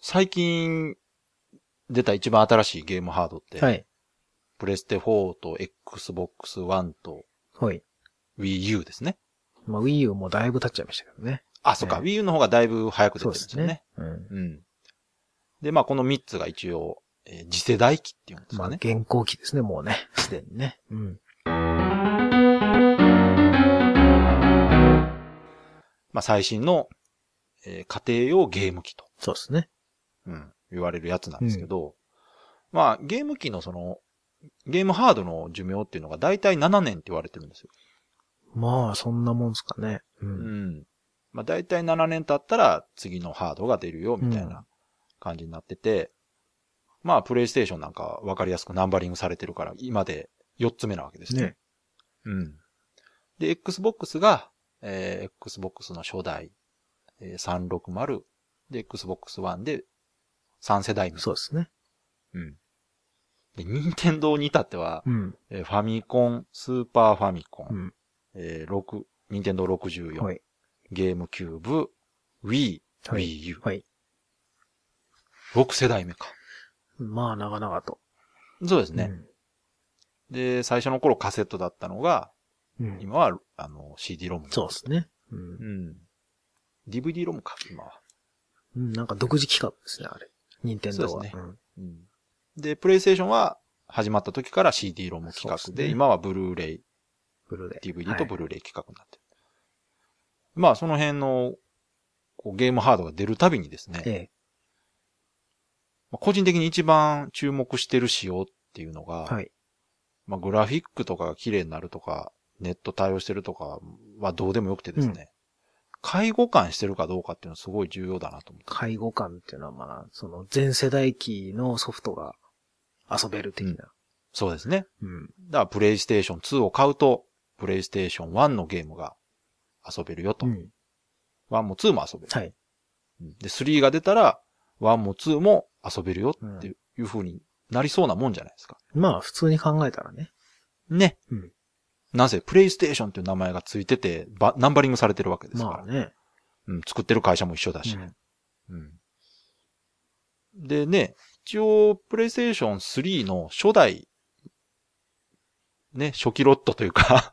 最近出た一番新しいゲームハードって、はい。プレステ4と Xbox One とはい。 Wii U ですね。まあ、Wii U もだいぶ経っちゃいましたけどね。あ、そっか、え Wii U の方がだいぶ早く出てそるうんでですすよね。ね。うん。うん。で、まあこの3つが一応、えー次世代機っていうんですまかあ、ね。現行機ですね、もうね。 すでにね。うん。まあ最新の、えー家庭用ゲーム機と、そうですね。うん、言われるやつなんですけど、まあゲーム機のその、ゲームハードの寿命っていうのがだいたい7年って言われてるんですよ。まあ、そんなもんすかね。う。うんん。まあ大体7年経ったら次のハードが出るよみたいうんな感じになってて、まあプレイステーションなんかわかりやすくナンバリングされてるから今で4つ目なわけですね。ね。うん。で、Xbox が、えー Xbox の初代、えー360で、Xbox One で3世代目。そうですね。うん。で、任天堂に至っては、うん。えーファミコン、スーパーファミコン、うん。えー、6、任天堂64、はい。ゲームキューブ、Wii、はい。 Wii U。はい。 6世代目か。まあ、長々と。そうですね。で、最初の頃カセットだったのが、うん。うん。今は、あの、CD-ROM。そうですね。うんう。ん。DVD-ROM か、今は。うん、なんか独自企画ですね、あれ。任天堂は。そうですね。うんで、プレイステーションは始まった時から CD ロム企画そうでで、すね今はブルーレイ、ブルーレイ。 DVD はといブルーレイ企画になってる。まあ、その辺のこうゲームハードが出るたびにですね、ええ。まあ個人的に一番注目してる仕様っていうのが、はい。まあ、グラフィックとかが綺麗になるとか、ネット対応してるとかはどうでもよくてですね、う介護感してるかどうかっていうのはすごい重要だなと思って。介護感っていうのは、まあ、その、全世代機のソフトが遊べる的な。そうですね。うん。だから、プレイステーション2を買うと、プレイステーション1のゲームが遊べるよと。うん。 1も2も遊べる。はい。で、3が出たら、1も2も遊べるよっていういう風になりそうなもんじゃないですか。まあ、普通に考えたらね。ね。うんなぜ、プレイステーションっていう名前がついてて、ばナンバリングされてるわけですから、まあね。うん。作ってる会社も一緒だしう。んうんでね、一応、プレイステーション3の初代、ね、初期ロットというか、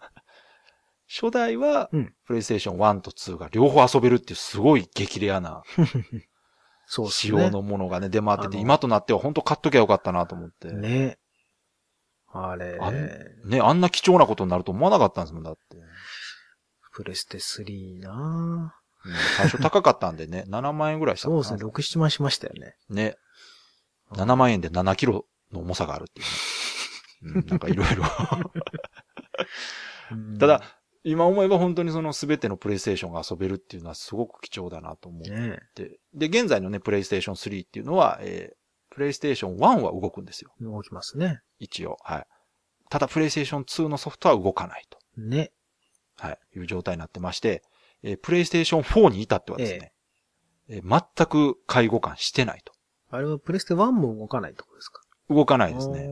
初代はうん、プレイステーション1と2が両方遊べるっていうすごい激レアなそうっ仕す様ね。のものがね、出回ってて、あの今となっては本当買っときゃよかったなと思って。ねね。あれ、あんあんな貴重なことになると思わなかったんですもん、だって。プレステ3なぁうん最初高かったんでね、7万 円ぐらいしたかそうなですね、6、7万しましたよね。ね。7万円で7キロの重さがあるっていうね、うん、なんかいろいろ。うんただ、、今思えば本当にその全てのプレイステーションが遊べるっていうのはすごく貴重だなと思っねて。で、現在のね、プレイステーション3っていうのは、えー、プレイステーション1は動くんですよ。動きますね。一応。はい。ただ、プレイステーション2のソフトは動かないと。ね。はい。いう状態になってまして、えープレイステーション4に至ってはですね、えー全く介護感してないと。あれはプレステ1も動かないとこですか動かなないですね。。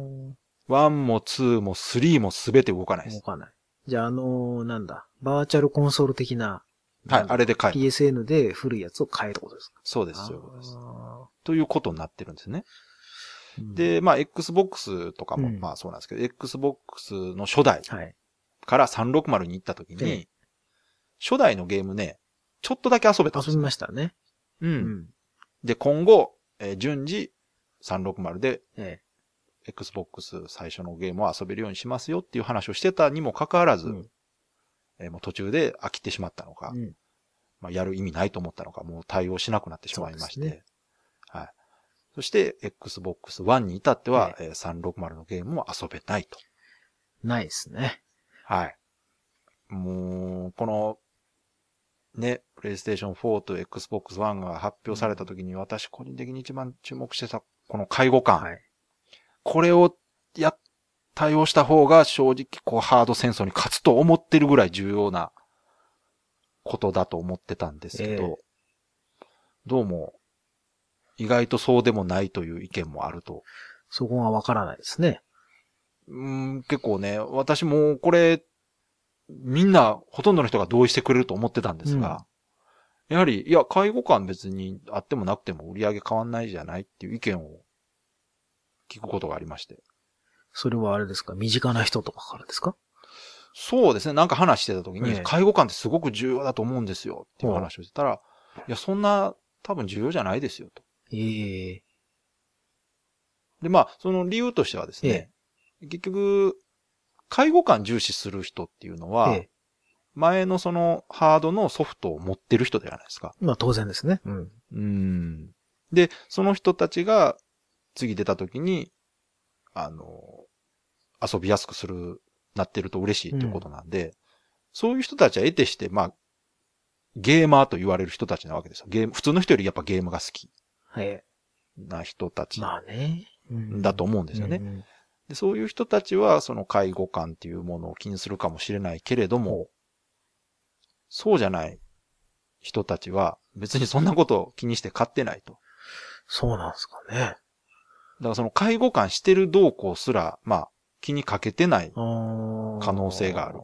1も2も3も全て動かないで動す。かない。じゃあ、あのーなんだ、バーチャルコンソール的な、はい。あれで変える。 PSN で古いやつを変えたことですかそうです。そういうことです。ということになってるんですね。あー、で、まあ、Xbox とかも、うんまあそうなんですけど、Xbox の初代うんはい。から360に行った時に、え初代のゲームね、ちょっとだけ遊べたんで遊すびよ。ましたね。う。うんん。で、今後、えー順次、360でえ Xbox 最初のゲームを遊べるようにしますよっていう話をしてたにもかかわらえ。ず、うんえーもう途中で飽きてしまったのか、うんまあ、やる意味ないと思ったのか、もう対応しなくなってしまいまして。そうですはい。そして、Xbox One に至っては、えー360のゲームも遊べないと。ないですね。はい。もう、この、ね、PlayStation 4と Xbox One が発表された時に、私個人的に一番注目してた、この介護感。はい。これを、や、対応した方が正直、こう、ハード戦争に勝つと思ってるぐらい重要なことだと思ってたんですけど、ええどうも、意外とそうでもないという意見もあると。そこがわからないですね。うん、結構ね、私もこれ、みんな、ほとんどの人が同意してくれると思ってたんですが、やはり、いや、介護官別にあってもなくても売り上げ変わんないじゃないっていう意見を聞くことがありまして。それはあれですか身近な人とかからですかそうですね。なんか話してた時に、ええ介護官ってすごく重要だと思うんですよっていう話をしてたら、いや、そんな多分重要じゃないですよと。ええで、まあ、その理由としてはですね、結局、介護官重視する人っていうのは、ええ前のそのハードのソフトを持ってる人じゃないですか。まあ当然ですね。うん。うん。で、その人たちが次出た時に、あの、遊びやすくする、なってると嬉しいっていうことなんで、そういう人たちは得てして、まあ、ゲーマーと言われる人たちなわけですよ。ゲーム、普通の人よりやっぱゲームが好きはい。な人たちまあね。うんだと思うんですよね。うんでそういう人たちは、その介護官っていうものを気にするかもしれないけれども、そうじゃない人たちは、別にそんなことを気にして買ってないと。そうなんですかね。だからその介護官してる動向すら、まあ、気にかけてない。可可能性がある。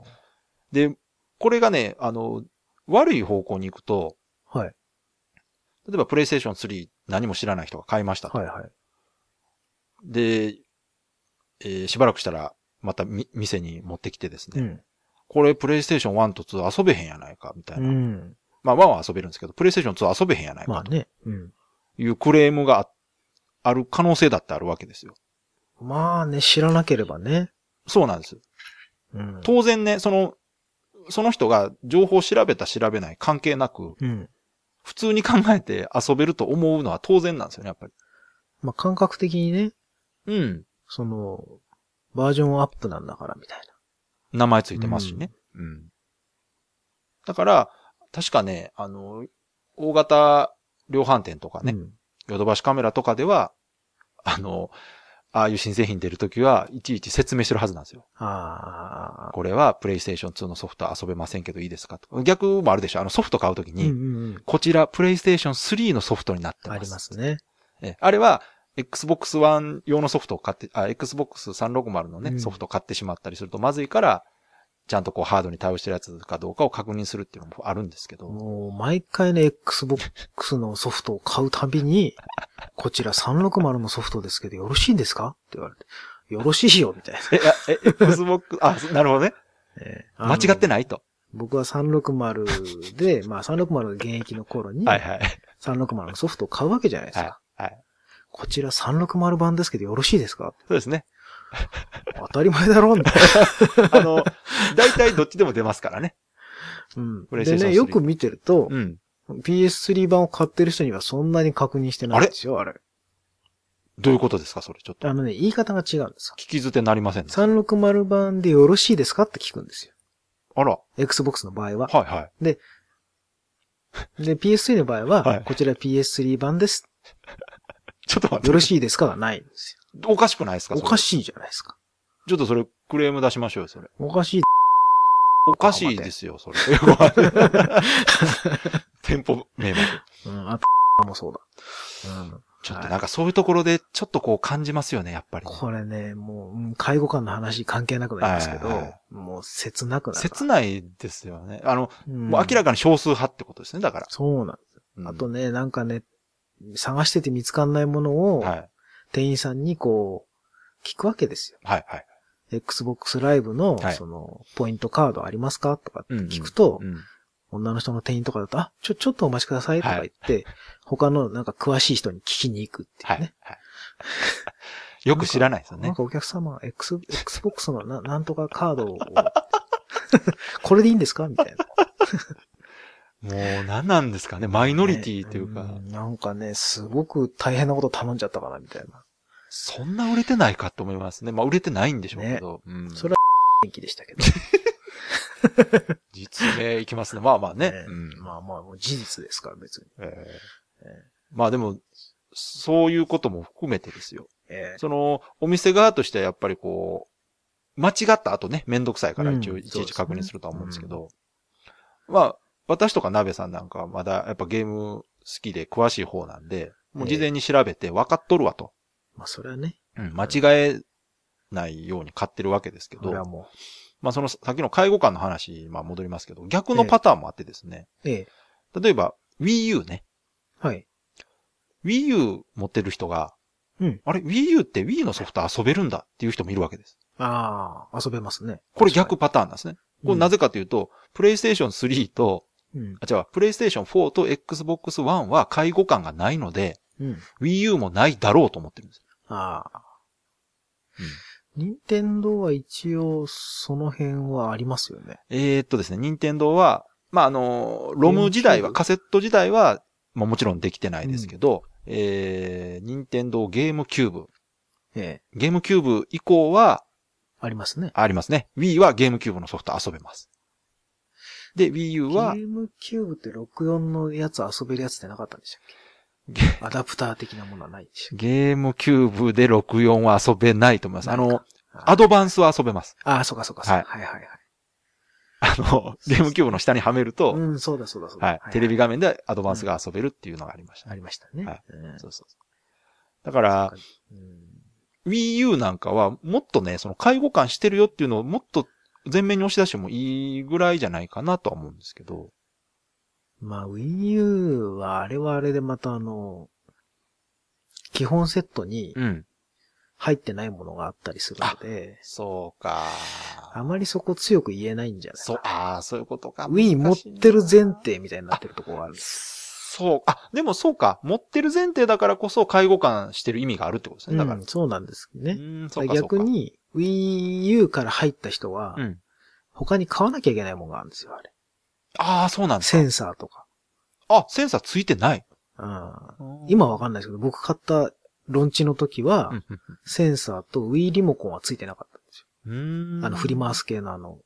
で、これがね、あの、悪い方向に行くと、はい。例えばプレイステーション3何も知らない人が買いましたと。はいはい。で、えーしばらくしたら、またみ店に持ってきてですね、うん。これプレイステーション1と2遊べへんやないか、みたいうな。ん。まあ1は遊べるんですけど、プレイステーション2遊べへんやないまあか、ね。うん。というクレームがあある可能性だってあるわけですよ。まあね、知らなければね。そうなんです。うん。当然ね、その、その人が情報を調べた調べない関係なく、うん。普通に考えて遊べると思うのは当然なんですよね、やっぱり。まあ感覚的にね、うん。その、バージョンアップなんだからみたい名前ついてますしね。うん。だから、確かね、あの、大型量販店とかな。ね、うん。ヨドバシカメラとかでは、あの、ああいう新製品出るときは、いちいち説明してるはずなんですよ。ああ。これは、プレイステーション2のソフトは遊べませんけどいいですかとか逆もあるでしょ。あの、ソフト買うときうんに、うんうん。こちら、プレイステーション3のソフトになってます。ありますね。ええ、あれは、Xbox One 用のソフトを買って、あ、Xbox 360のね、うんソフトを買ってしまったりするとまずいから、ちゃんとこうハードに対応してるやつかどうかを確認するっていうのもあるんですけど、もう、毎回ね、Xbox のソフトを買うたびに、こちら360のソフトですけど、よろしいんですかって言われて、よろしいよ、みたいな。え、あえ、Xbox、あ、 なるほどね。えー間違ってい。ないと。僕は360で、まあ360が現役の頃に、はいはい。 360のソフトを買うわけじゃないですはいか。。はい。こちら360版ですけど、よろしいですかそうですね。当たり前だろ、みたいな。あの、大体どっちでも出ますからね。 うんプレイステでーション3ね、よく見てると、うん。 PS3 版を買ってる人にはそんなに確認してないんですよ、あれ。どういうことですか、それ。ちょっと。あのね、言い方が違うんですよ。聞き捨てなりませんね。 360版でよろしいですかって聞くんですよ。あら。は Xbox の場合は。いはい。で、PS3 の場合はは、いこちら PS3 版です。ちょっと待って。よろしいですかがないんですおかしくないですかよ。おかい。しいじゃないですか。ちょっとそれ、クレーム出しましょうよ、それ。おかしい。おかしいですよ、それ。 店舗名まで。うん、あと、もそうだ。うん。ちょっとなんかそういうところで、ちょっとこう感じますよね、やっぱり。これね、もう、うん介護官の話関係なくなりますけど、はいはいはもう切なくなる。切ないですよね。あの、うんもう明らかに少数派ってことですね、だから。そうなんです。うんあとね、なんかね、探してて見つかんないものを、はい。店員さんにこう、聞くわけですよ。はい、はい。 Xbox ライブの、はいその、ポイントカードありますかとかうんうん聞くと、うん。女の人の店員とかだと、あ、ちょ、ちょっとお待ちくださいとか言って、他のなんか詳しい人に聞きに行くってはいうい、ね。はい。よく知らないですよなんね。かお客様、X、Xbox のななんとかカードを、 これでいいんですかみたいもな。う何なんですかね、マイノリティというか、んなんかね、すごく大変なこと頼んじゃったかな、みたいな。そんな売れてないかと思いますね。まあ売れてないんでしょうけど。うん。それは、元気でしたけど。 実名いきますね。まあまあね。ねうん。まあまあ、もう事実ですから、別に。えーえまあでも、そういうことも含めてですよ。ええその、お店側としてはやっぱりこう、間違った後ね、めんどくさいからうん一応、いちそういですちね確認するとは思うんですけど、まあ、私とか鍋さんなんかはまだやっぱゲーム好きで詳しい方なんで、もう事前に調べて分かっとるわと。まあ、それはね、うん、間違えないように買ってるわけですけこれはど、もまあそのさっきの介護官の話、まあ戻りますけど、逆のパターンもあってですね、う、ええ例えば Wii U ね。はい。 Wii U 持ってる人が、うんあれ、Wii U って Wii のソフト遊べるんだっていう人もいるわけです。ああ、遊べますね。これ逆パターンなんですね。これなぜ、ぜかというと、PlayStation 3と、うん。あ、違う、PlayStation 4と Xbox One は介護感がないので、うん。 Wii U もないだろうと思ってるんです。ああ。任天堂は一応、その辺はありますよね。えーっとですね、任天堂は、まあ、あの、ロム時代は、 GameCube？カセット時代は、まあ、もちろんできてないですけど、えー、任天堂ゲームキューブ。ええ、ゲームキューブ以降は、ありますね。ありますね。Wii はゲームキューブのソフト遊べます。で、Wii U ゲは、ームキューブって64のやつ遊べるやつってなかったんでしたっゲけアダプター的なものはないでしょ。ゲームキューブで64は遊べないと思います。あないのか、、アドバンスは遊べます。ああ、そうかそうかそうはいか。はいはいはい。あの、ゲームキューブの下にはめると、うん、そうだそうだそうだ。はい、テレビ画面でアドバンスが遊べるっていうのがありましたあね。りましたね。はいうんそうそうそう。だから、うん。 Wii U なんかはもっとね、その介護感してるよっていうのをもっと前面に押し出してもいいぐらいじゃないかなとは思うんですけど。まあ、Wii U は、あれはあれでまたあの、基本セットにうん。入ってないものがあったりするので、そうか。あまりそこ強く言えないんじゃないそう、ああ、そういうことか。 Wii 持難っしいなてる前。提みたいになってるところがあるんです。そう、あ、でもそうか。持ってる前提だからこそ介護感してる意味があるってことですね。だから。うんそうなんですうね。ん、そうかそうか。逆。に Wii U から入った人はう、ん。他に買わなきゃいけないものがあるんですよ、あれ。ああ、そうなんですセか。ンサーとか。あ、センサーついてない。うん、今、今わかんないですけど、僕買ったロンチの時は、うんうんセンサーと Wii リモコンはついてなかったんですよ。うん。あの、振り回す。す系のあの、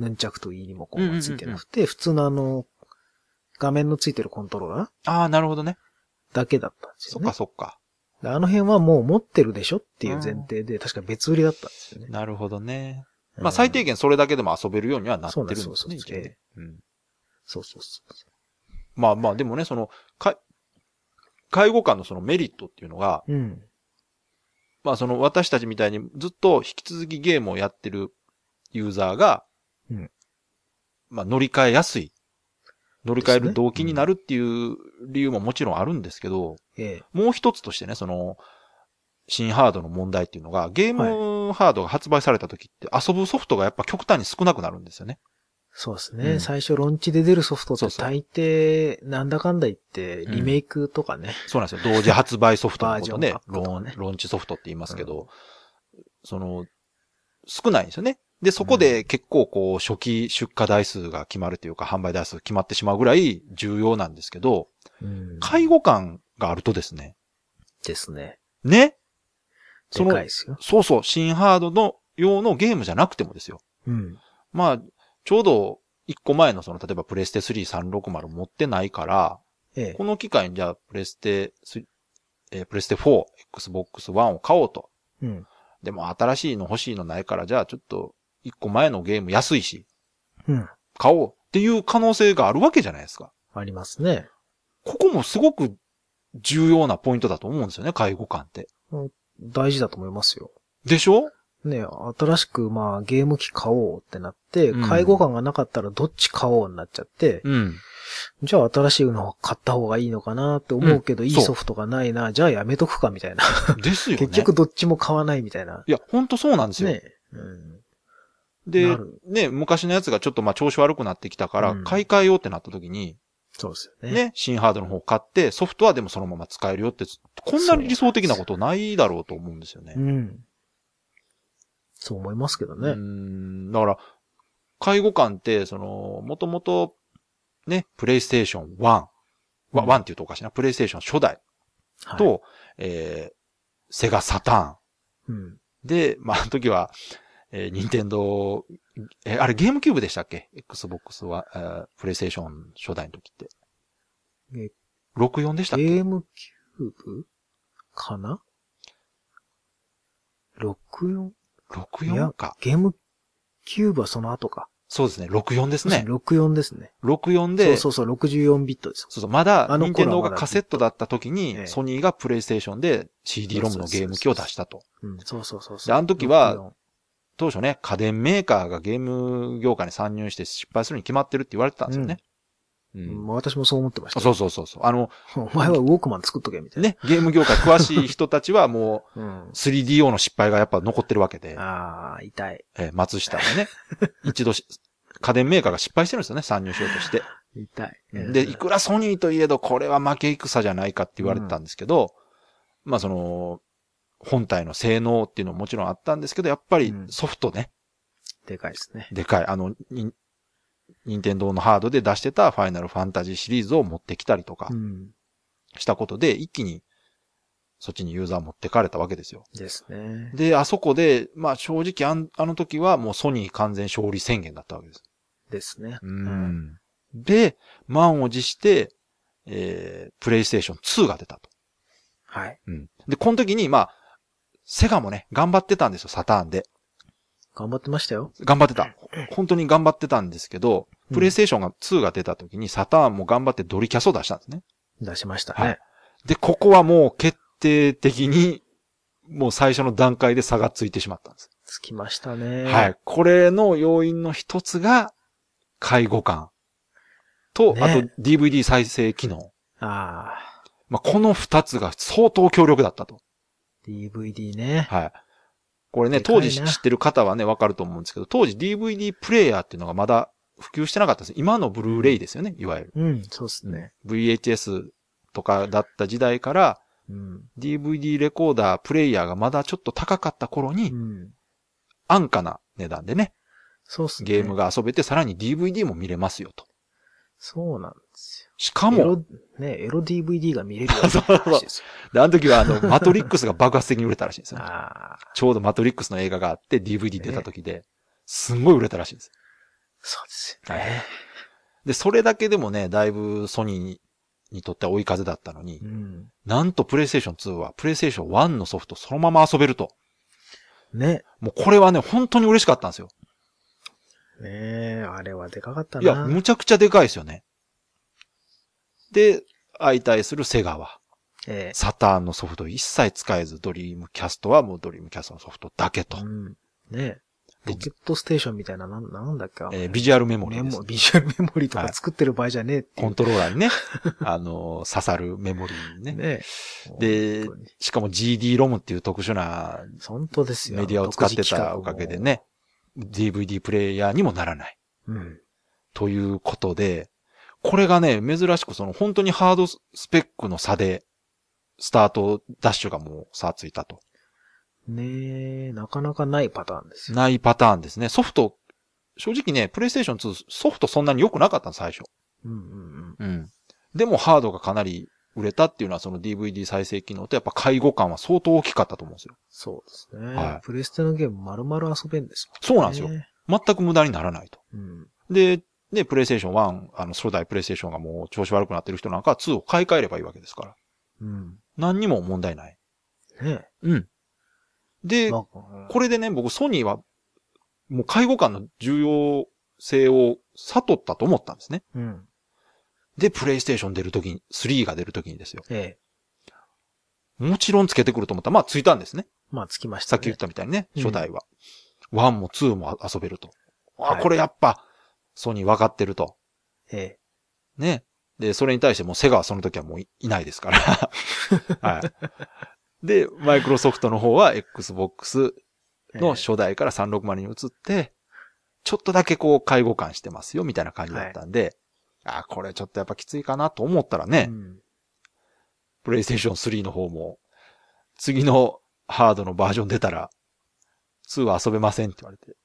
ヌンチャクと E リモコンがついてなくて、普通のあの、画面のついてるコントローラーああ、なるほどね。だけだったんですそっよかね。そっか。であの辺はもう持ってるでしょっていう前提で、確か別売りだったんですよね。なるほどね。うんまあ最低限それだけでも遊べるようにはなってるんでそうなんですすそうね。なんです一応ねうんそうそうそうそまあまあでもね、その、か介護官のそのメリットっていうのが、う。うん。まあその私たちみたいにずっと引き続きゲームをやってるユーザーが、うんまあ乗り換えやすい。乗り換えでするね動機になるっていう理由ももちろんあるんですけど、ええ。もう一つとしてね、その、新ハードの問題っていうのが、ゲームハードが発売された時って遊ぶソフトがやっぱ極端に少なくなるんですよね。そうですうんね。最初ロンチで出るソフトっそうてそう大抵、なんだかんだ言って、うんリメイクとかね。そうなんですよ。同時発売ソフトのことでバー、ジョンアップロとかーン、ねローンチソフトって言いますけど、その、少ないんですよね。で、そこで結構こう、初期出荷台数が決まるというか、販売台数決まってしまうぐらい重要なんですけど、うん介護感があるとですね、ですね。ねそでのかいですよ。そうそう、新ハードの用のゲームじゃなくてもですよ。うん。まあ、ちょうど、一個前のその、例えばプレステ3360持ってないから、ええこ。の機会にじゃあ、プレステ3、えープレステ4、Xbox One を買おうと。うん。でも新しいの欲しいのないから、じゃあちょっと、一個前のゲーム安いし、うん。買おうっていう可能性があるわけじゃないですか。ありますね。ここもすごく重要なポイントだと思うんですよね、介護官って。大事だと思いますよ。でしょね、新しくまあゲーム機買おうってなって、うん介護感がなかったらどっち買おうになっちゃって、うん。じゃあ新しいのを買った方がいいのかなって思うけど、うんいいそうソフトがないな、じゃあやめとくかみたいな。ですよね。結局。どっちも買わないみたいな。いや、ほんとそうなんですよ。ね。うん。でなる、ね、昔のやつがちょっとまあ調子悪くなってきたからう、ん買い替えようってなった時に、そうですよね。ね、新ハードの方買って、ソフトはでもそのまま使えるよって、こんなに理想的なことないだろうと思うんですよねう。ん。そう思いますけどうーね。ん、だから、介護官って、その、もともと、ね、プレイステーション1、わうん1って言うとおかしいな、プレイステーション初代はいと、、えー、セガサターうん。ン。で、まあ、あの時は、えー、ニンテンドー、えーあれゲームキューブでしたっけ ?Xbox は、えープレイステーション初代の時って。え64でしたっけゲームキューブかな ?64? い ?64 やか。ゲームキューブはその後か。そうですね、64ですね。 64ですね。 64で、そうそうそう、64ビットです。そうそう、まだ、あの任天堂頃はまがだカセットだった時えに、えソニーがプレイステーションで CD ロムのゲーム機を出したと。うん、そうそうそうそう。であの時は、当初ね、家電メーカーがゲーム業界に参入して失敗するに決まってるって言われてたんですよね。 64うん。まあ私もそう思ってましたそうよ。そうそうそう。あの、お前はウォークマン作っとけ、みたいな。ね、ゲーム業界詳しい人たちはもうんう 3DO の失敗がやっぱ残ってるわけで、ああ、痛い。えー松下もね、一度し家電メーカーが失敗してるんですよね、参入しようとして。痛い。で、いくらソニーといえど、これは負け戦じゃないかって言われてたんですけど、まあその、本体の性能っていうのももちろんあったんですけど、やっぱりうんソフトね、でかいですね。でかい、あの、に任天堂のハードで出してたファイナルファンタジーシリーズを持ってきたりとかうん。したことで、一気にそっちにユーザー持ってかれたわけですよ。ですね。で、あそこで、まあ正直あんあの時はもうソニー完全勝利宣言だったわけです。ですね。うん。で、満を持して、えー、プレイステーション2が出たと。はい。うん。で、この時に、まあ、セガもね、頑張ってたんですよ、サターンで。頑張ってましたよ。頑張ってた。本当に頑張ってたんですけど、うんプレイステーションが2が出た時に、サターンも頑張ってドリキャスを出したんですね。出しましたはねい。で、ここはもう決定的に、もう最初の段階で差がついてしまったんです。つきましたね。はい。これの要因の一つが、介護感と、ねあと DVD 再生機能。ああ、まあ、この二つが相当強力だったと。 DVD ね。はい。これね、でかいな当時知ってる方はね、わかると思うんですけど、当時 DVD プレイヤーっていうのがまだ普及してなかったんです。今のブルーレイですよね、いわゆる。うん、そうですね。 VHS とかだった時代から、うん。 DVD レコーダー、プレイヤーがまだちょっと高かった頃うに、ん。安価な値段でね、そうっすね。ゲーム。が遊べて、さらに DVD も見れますよと。そうなんですしかよ。も、エロ、ね、エロ DVD が見れるようにそうそなったう話ですよ。であの時はあの、マトリックスが爆発的に売れたらしいんですよね。 ああ、ちょうどマトリックスの映画があって、DVD 出た時で、すんごい売れたらしいんです。そうですよはね。で、それだけでもね、だいぶソニーににとっては追い風だったのに、うん。なんとプレイステーション2は、プレイステーション1のソフトそのまま遊べると。ね。もうこれはね、本当に嬉しかったんですよ。ねえ、あれはでかかったいや、な。むちゃくちゃでかいですよね。で、相対するセガは、えサターンのソフトを一切使えず、ドリームキャストはもうドリームキャストのソフトだけとえ。う。ん。ねえ。でポケットステーションみたいな、なんなんだっけあのえービジュアルメモリメーですモ、。ビジュアルメモリーとはかい作ってる場合じゃねえっていコンう。トローラーにね、 あのー刺さるメモリーにね。ねえ。で、しかも GD ロムっていう特殊な本当ですよ。メディアを使ってたおかげでね、DVD プレイヤーにもならない。独自企画も。ということで、これがね、珍しくその本当にハードスペックの差で、スタートダッシュがもう差ついたと。うん。ねえ、なかなかないパターンですよ。ないパターンですね。ソフト、正直ね、プレイステーション2ソフトそんなに良くなかったの、最初。うんうんうん。でもハードがかなり売れたっていうのはその DVD 再生機能とやっぱ介護感は相当大きかったと思うんですよ。そうですはいね。プレステのゲーム丸々遊べんですもんねそうなんですよ。全く無駄にならないと。うん。で、ね、プレイステーション1、あの、初代プレイステーションがもう調子悪くなってる人なんかは2を買い替えればいいわけですから。うん。何にも問題ない。ねうん。え。で、まあこれでね、僕ソニーは、もう介護官の重要性を悟ったと思ったんですね。うん。で、プレイステーション出るときに、3が出るときにですよ。ええ。もちろんつけてくると思ったら、まあついたんですね。まあ、つきましさたっき言ねっ。たみたいにね、うん初代は。1も2も遊べると。あ、はいこれやっぱ、ソニー分かってると。ええ。ね。で、それに対してもうセガはその時はもういいないですから。 はい。で、マイクロソフトの方は Xbox のええ初代から360に移って、ちょっとだけこう介護感してますよみたいな感じだったんで、あ、これちょっとやっぱきついかなと思ったらねう、んプレイステーション3の方も、次のハードのバージョン出たら、2は遊べませんって言われて。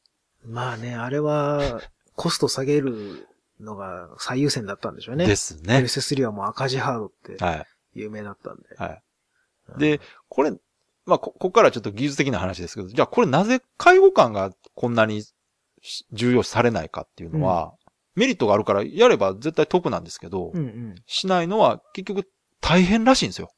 まあね、あれは、コスト下げるのが最優先だったんでしょうね。ですね。 PS3 はもう赤字ハードってはい。有名だったんで。はい。うんで、これ、まあ、こ、ここからちょっと技術的な話ですけど、じゃあこれなぜ介護官がこんなにし重要視されないかっていうのは、メリットがあるからやれば絶対得なんですけど、うんうん。しないのは結局大変らしいんですよ。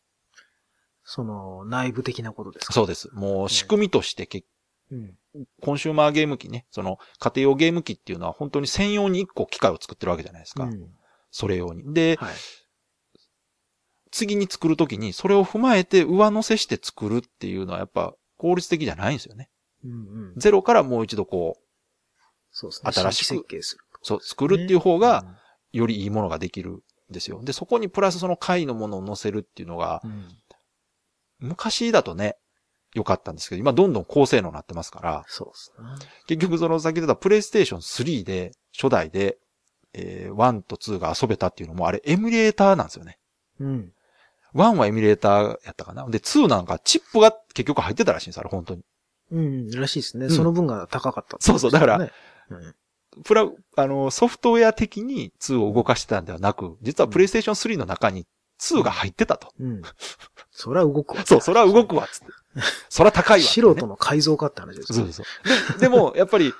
その、内部的なことですかそうです。もう仕組みとして結、う。うん。コンシューマーゲーム機ね、その家庭用ゲーム機っていうのは本当に専用に一個機械を作ってるわけじゃないですか。うんそれ用に。で、はい。次に作るときにそれを踏まえて上乗せして作るっていうのはやっぱ効率的じゃないんですよね。うんうん。ゼロからもう一度こう、そうですね。新しく新規設計する。そう、作るっていう方が、うん、よりいいものができるんですよ。で、そこにプラスその回のものを載せるっていうのが、うん。昔だとね、良かったんですけど、今どんどん高性能になってますから、そうですね。結局その先ほど言ったプレイステーション3で、初代で、えー1と2が遊べたっていうのも、あれエミュレーターなんですよね。うん。 1はエミュレーターやったかな。で、2なんかチップが結局入ってたらしいんです、あれ本当に。うん、らしいですね。んその分が高かったってそうそうだからことですよね、プラ、あの、ソフトウェア的に2を動かしてたんではなく、実はプレイステーション3の中に2が入ってたと。うん。うん。そりゃ動くわ。そう、それは動くわ、つって。それは高いわ、素人の改造かって話ですそようね。そうそう。で、で も、やっぱり、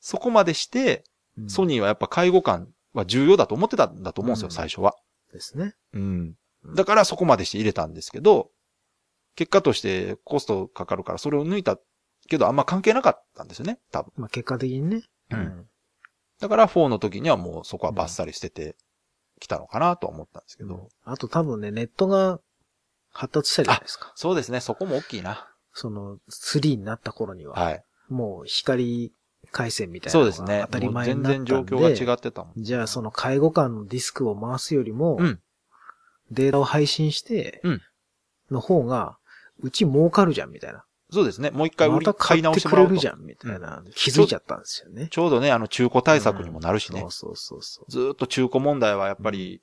そこまでして、うんソニーはやっぱ介護官は重要だと思ってたんだと思うんですよ、うん最初は。ですね。うん。うんだからそこまでして入れたんですけど、結果としてコストかかるからそれを抜いたけどあんま関係なかったんですよね、多分。まあ結果的にね。うんだから4の時にはもうそこはバッサリ捨ててきたのかなとは思ったんですけうど。ん。あと多分ね、ネットが発達したじゃないですか。そうですね、そこも大きいな。その、3になった頃には、はい。もう光回線みたいなそうのですがね当。たりもう前全になったん然で、状況が違ってたもん。じゃあその介護官のディスクを回すよりも、うんデータを配信してうん、の方が、うち儲かるじゃんみたいな。そうですね。もう一回売まりた買買いっ直てしてくもられうるとじ。ゃんみたいな、気づいちゃったんですよね。ちょうどね、あの中古対策にもなるしね。そうそうそうそう。ずーっと中古問題はやっぱり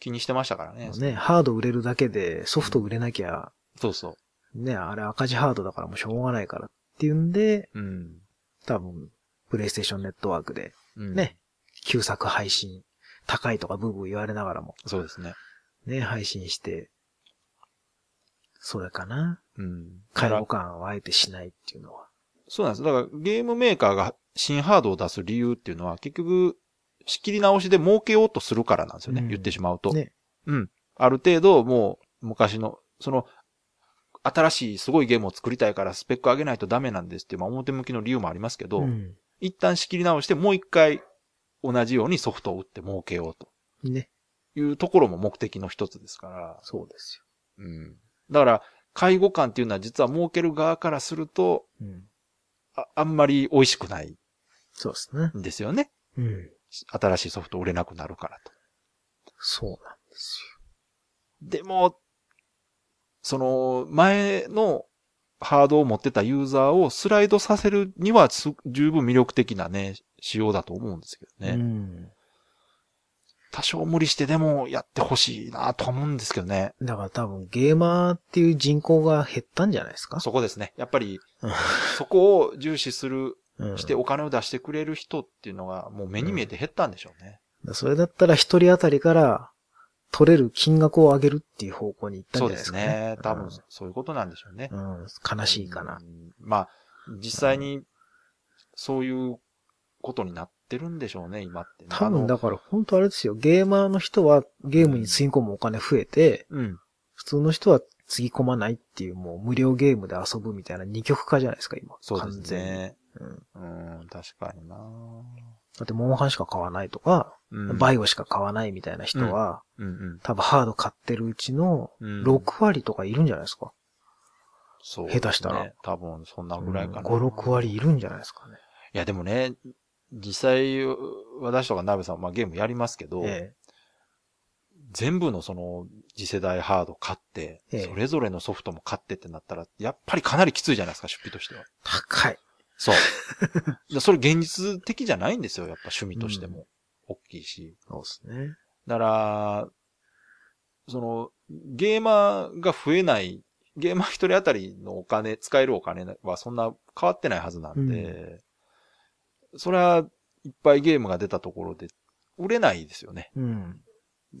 気にしてましたからね。ね、ハード売れるだけでソフト売れなきゃ、そうそね、あれ赤字ハードだからもうしょうがないからっていうんで、う。うん。多分、プレイステーションネットワークで、うんね、旧作配信、高いとかブーブー言われながらも、そうですね。ね、配信して、それかな。うん。介だ護から感をあえてしないっていうのは。そうなんです。だからゲームメーカーが新ハードを出す理由っていうのは結局仕切り直しで儲けようとするからなんですよね。うん言ってしまうと。ね。うん。ある程度もう昔の、その、新しいすごいゲームを作りたいからスペック上げないとダメなんですっていう、まあ表向きの理由もありますけど、ん。一旦仕切り直してもう一回同じようにソフトを売って儲けようとね。いうところも目的の一つですから。そうですうん。だから、介護官っていうのは実は儲ける側からすると、よ。うん。ああんまり美味しくないそうですね。んですよね。うん。新しいソフト売れなくなるからと。そうなんですでも、その、前のハードを持ってたユーザーをスライドさせるにはす十分魅力的なね、仕様だと思うんですけどよ。ね。うん。多少無理してでもやってほしいなと思うんですけどね。だから多分ゲーマーっていう人口が減ったんじゃないですかそこですね。やっぱ りうん、そこを重視する、うしてお金を出してくれる人っていうのがもう目に見えて減ったんでしょうね。ん。それだったら一人当たりから取れる金額を上げるっていう方向に行ったんじそゃうなでいですすか、ね。。ね多分そういうことなんでしょうね。うん。うん。悲しいかなう。ん。まあ、実際に、そういうことになってるんでしょうね、今ってね、多分あのだから本当あれですよ。ゲーマーの人はゲームにつぎ込むお金増えて、うん。普通の人はつぎ込まないっていうもう無料ゲームで遊ぶみたいな二極化じゃないですか、今。そうです完ね。全に。うん。うん、確かになだってモンハンしか買わないとか、うん。バイオしか買わないみたいな人は、うん多分ハード買ってるうちのうん。 6割とかいるんじゃないですか。そう、下手したら。多分、そんなうぐん、らいかな。 5、6割いるんじゃないですかね。いや、でもね、実際、私とか鍋さん、まあゲームやりますけど、え全部のその次世代ハード買って、ええそれぞれのソフトも買ってってなったら、やっぱりかなりきついじゃないですか、出費としては。え。高い。そう。 でそれ現実的じゃないんですよ、やっぱ趣味としても。大きいし。そうですね。だから、その、ゲーマーが増えない、ゲーマー一人当たりのお金、使えるお金はそんな変わってないはずなんで、それはいっぱいゲームが出たところで、売れないですよね。うん。売れない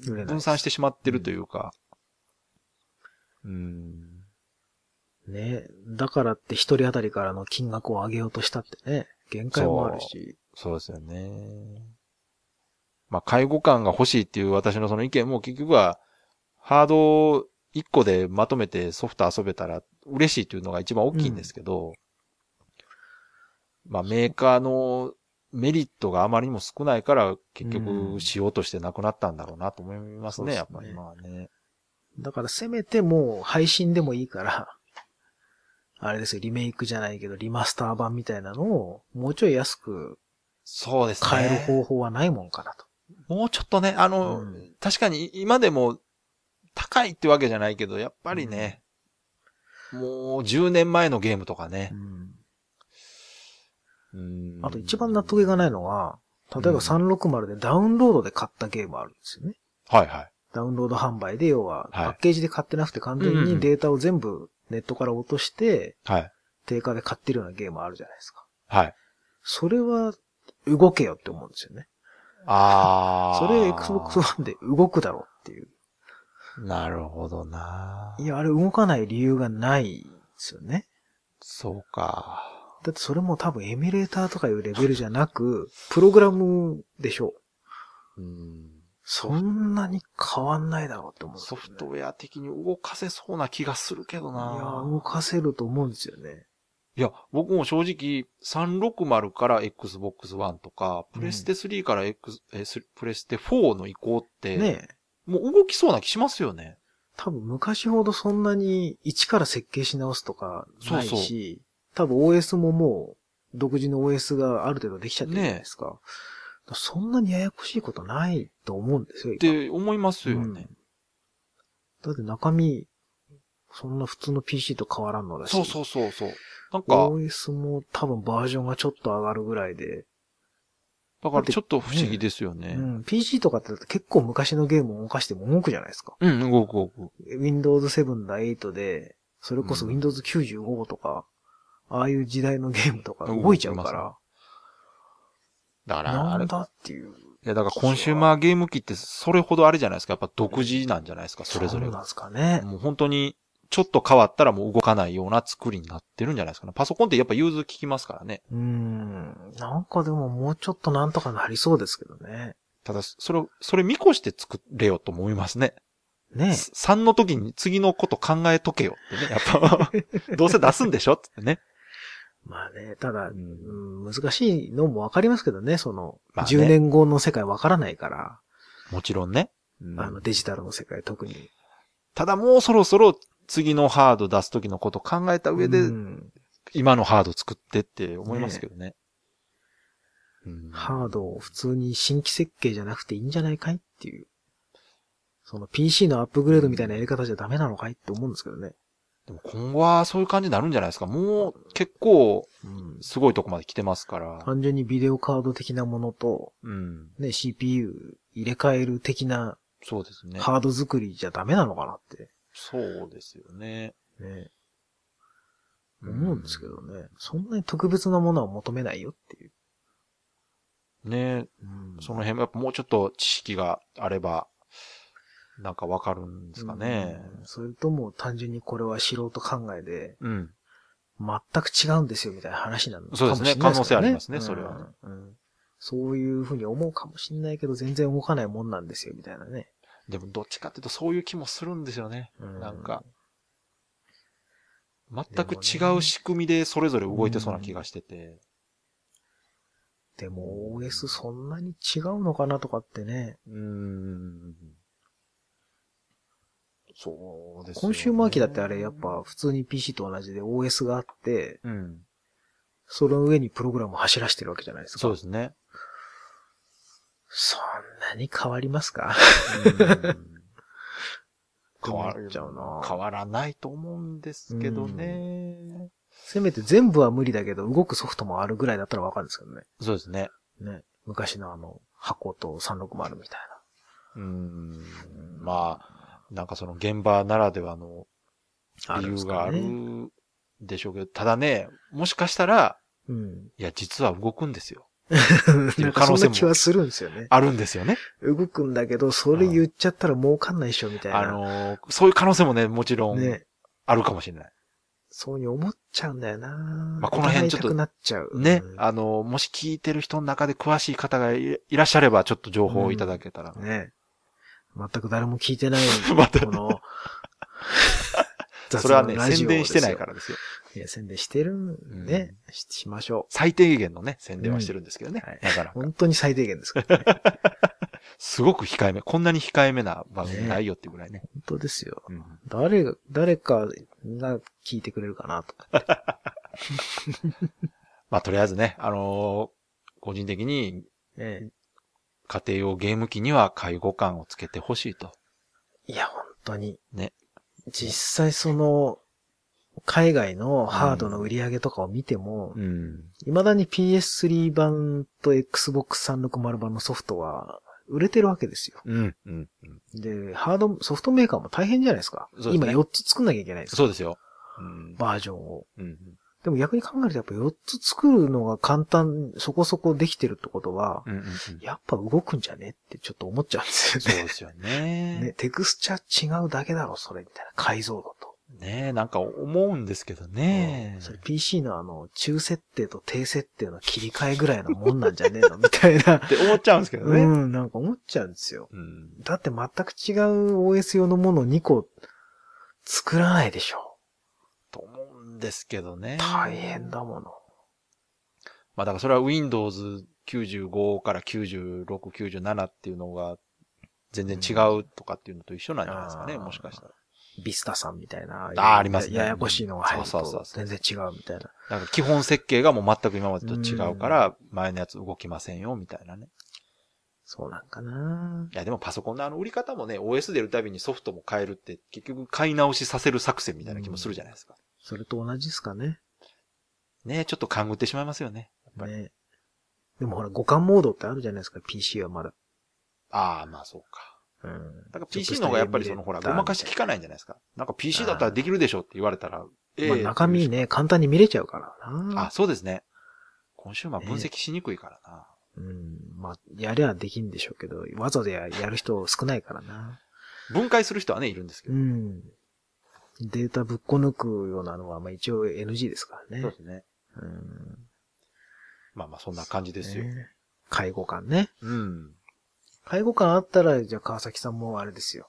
です分散してしまってるというか。うん。ねだからって一人当たりからの金額を上げようとしたってね、限界もあるし。そうですよね。まあ、介護官が欲しいっていう私のその意見も結局は、ハード1個でまとめてソフト遊べたら嬉しいというのが一番大きいんですけど、まあ、メーカーのメリットがあまりにも少ないから、結う局んしようとしてなくなったんだろうなと思いますね、やそっうですねぱり今はね。だからせめてもう配信でもいいから、あれですよ、リメイクじゃないけど、リマスター版みたいなのを、もうちょい安くそうですね。買える方法はないもんかなと。もうちょっとね、あの、うん確かに今でも高いってわけじゃないけど、やっぱりね、もう10年前のゲームとかねう。ん。うんあと一番納得いかないのは、例えば360でダウンロードで買ったゲームあるんですよね。はいはい。ダウンロード販売で、要は、はいパッケージで買ってなくて完う全んうんうにんデータを全部ネットから落として、はい。定価で買ってるようなゲームあるじゃないですか。はい。それは、動けよって思うんですよね。あー。 それ Xbox One で動くだろうっていう。なるほどないや、あれ動かない理由がないですよね。そうか。だってそれも多分エミュレーターとかいうレベルじゃなく、プログラムでしょう。うん。そんなに変わんないだろうって思うんですソよね、フトウェア的に動かせそうな気がするけどいなや、動かせると思うんですよね。いや、僕も正直、360から Xbox One とか、うんプレステ3から X、えすプレステ4の移行って、ねえ。もう動きそうな気しますよね。多分昔ほどそんなに一から設計し直すとかないし、そう多分 OS ももう独自の OS がある程度できちゃってるじゃないですか。だからそんなにややこしいことないと思うんですよ、っ今て思いますよね。だって中身、そんな普通の PC と変わらんのだし。そうそうそうそう。なんか、 OS も多分バージョンがちょっと上がるぐらいで、だからちょっと不思議ですよね。うん、PC とかってだって結構昔のゲームを動かしても動くじゃないですか。うん、動く動く。 Windows 7だ8で、それこそうん Windows 95とか、ああいう時代のゲームとか動き動いちゃうかまら、だから、あなれ、んいだっていう。や、だからコンシューマーゲーム機ってそれほどあれじゃないですか。やっぱ独自なんじゃないですか、それぞれうながん。ですかね。もう本当に、ちょっと変わったらもう動かないような作りになってるんじゃないですかね。パソコンってやっぱ融通効きますからね。うーん。なんかでももうちょっとなんとかなりそうですけどね。ただ、それを、それ見越して作れよと思いますね。ねえ3の時に次のこと考えとけよってね。やっぱ 、どうせ出すんでしょっつってね。 まあね、ただ、ううんん、難しいのもわかりますけどね、その、まあね10年後の世界わからないから、もちろんね。あのデジタルの世界特に。ただもうそろそろ次のハード出す時のこと考えた上で、うん今のハード作ってって思いますけどね。うんハードを普通に新規設計じゃなくていいんじゃないかいっていう。その PC のアップグレードみたいなやり方じゃダメなのかいって思うんですけどね。でも今後はそういう感じになるんじゃないですか。もう結構うん。すごいとこまで来てますから。単純にビデオカード的なものと、うん。ね、CPU 入れ替える的なそうですね。ハード作りじゃダメなのかなって、そうですよね。ね、思うんですけどね。そんなに特別なものは求めないよっていう。ねうんその辺もやっぱもうちょっと知識があれば、なんかわかるんですかね。うんそれとも単純にこれは素人考えで、うん。全く違うんですよみたいな話なのそうですねか可もしれないけど能性ありますねそれはねうんうんそういうふうに思うかもしれないけど、全然動かないもんなんですよみたいなね。でもどっちかっていうとそういう気もするんですよね。うなんか、全くでも違うね仕組みでそれぞれ動いてそうな気がしてて。でも OS そんなに違うのかなとかってね、うーん。そうですよねコンシューマー機だってあれやっぱ、普通に PC と同じで OS があって、うん。その上にプログラムを走らせてるわけじゃないですか。そうですね。そんなに変わりますか 変わっちゃうな変わらないと思うんですけどね。せめて全部は無理だけど、動くソフトもあるぐらいだったらわかるんですけどね。そうですね。ね。昔のあの、箱と360みたいな。うん。まあ、なんかその現場ならではのあ理るん由ですがかあねるでしょうけど、ただね、もしかしたら、 うん。いや、実は動くんですよ。なんかそんな気はするんですよね。あるんですよね。動くんだけど、それ言っちゃったら儲かんないっしょ、みたいな。あのーそういう可能性もね、もちろんね。あるかもしれない。そういうふうに思っちゃうんだよなまあこの辺ちょっと疑いたくなっちゃう。ねう。んあのーもし聞いてる人の中で詳しい方がいいらっしゃれば、ちょっと情報をいただけたら。ね。全く誰も聞いてない、 またこの、それはね雑な、ラジ宣オ伝してないですよからですよ。いや、宣伝してるんでね、ししましょ最低限のね、宣伝はしてるんですけどね。うんはいだからう。、本当に最低限で すからね。本すごく控えめ。こんなに控えめな番組ないよってぐらいね。当ですよ。うん誰が、誰かが聞いてくれるかなと。まあ、とりあえずね、あのー個人的にええ家庭用ゲーム機には介護感をつけてほしいと。いや、本当に。ね。実際その、海外のハードの売り上げとかを見ても、うん。未だに PS3 版と Xbox 360版のソフトは売れてるわけですよ。うん。うん。で、ハード、ソフトメーカーも大変じゃないですか。そうです今ね4つ作んなきゃいけないですそうですよ。うん。バージョンを。うん。でも逆に考えるとやっぱ4つ作るのが簡単、そこそこできてるってことは、うんうんうんやっぱ動くんじゃねってちょっと思っちゃうんですそうよね。ですよね。 ね、テクスチャー違うだけだろ、それ、みたいな解像度と。ねえ、なんか思うんですけどね。それ PC のあの、中設定と低設定の切り替えぐらいのもんなんじゃねえのみたいな。って思っちゃうんですけどうね。ん、なんか思っちゃうんですよ。うん。だって全く違う OS 用のものを2個作らないでしょ。と思うんですけどね。大変。だもの。まあだからそれは Windows 95から96、97っていうのが全然違うとかっていうのと一緒なんじゃないですかね、うんもしかしたら。ビスタさんみたいな。あーありますねややこしいのが入るそうそうとそう全然違うみたいな。なんか基本設計がもう全く今までと違うから、前のやつ動きませんよ、みたいなね。そうなんかないやでもパソコンのあの売り方もね、OS 出るたびにソフトも変えるって結局買い直しさせる作戦みたいな気もするじゃないですか。それと同じですかね。ねえ、ちょっと勘ぐってしまいますよね。やっぱりね。でもほら、互換モードってあるじゃないですか、PC はまだ。ああ、まあそうか。うん。だから PC の方がやっぱりそのほら、ごまかし効かないんじゃないですか。なんか PC だったらできるでしょって言われたら、えまあ、中身。ね、簡単に見れちゃうからな。あ、そうですね。コンシューマー分析しにくいからな。うん。まあ、やりゃできんでしょうけど、わざわざややる人少ないからな。分解する人はね、いるんですけうど。ん。データぶっこ抜くようなのは、まあ一応 NG ですからそうねで。すね。うん。まあまあ、そんな感じですよ。ね介護官ね。うん。介護官あったら、じゃあ川崎さんもあれですよ。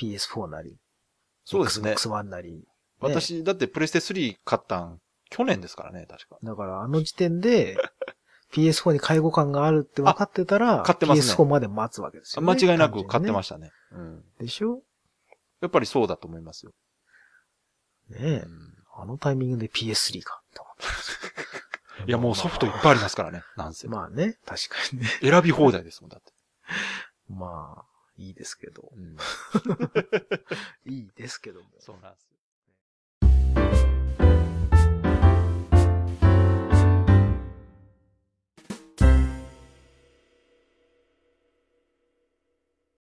PS4 なり、そうですね。 Xbox One なり。ね私、だってプレステ3買ったん、去年ですからね、確か。だからあの時点で、PS4 に介護官があるって分かってたら、あ買ってますね PS4 まで待つわけですよ、ね。間違いなく買ってまししたね。うん。た。でしょやっぱりそうだと思いますよ。ねうえ。んあのタイミングで PS3 かと思って。いや、もうソフトいっぱいありますからね、なんせ。まあね、確かにね。選び放題ですもん、だって。まあ、いいですけど。うん。いいですけども。そうなんです。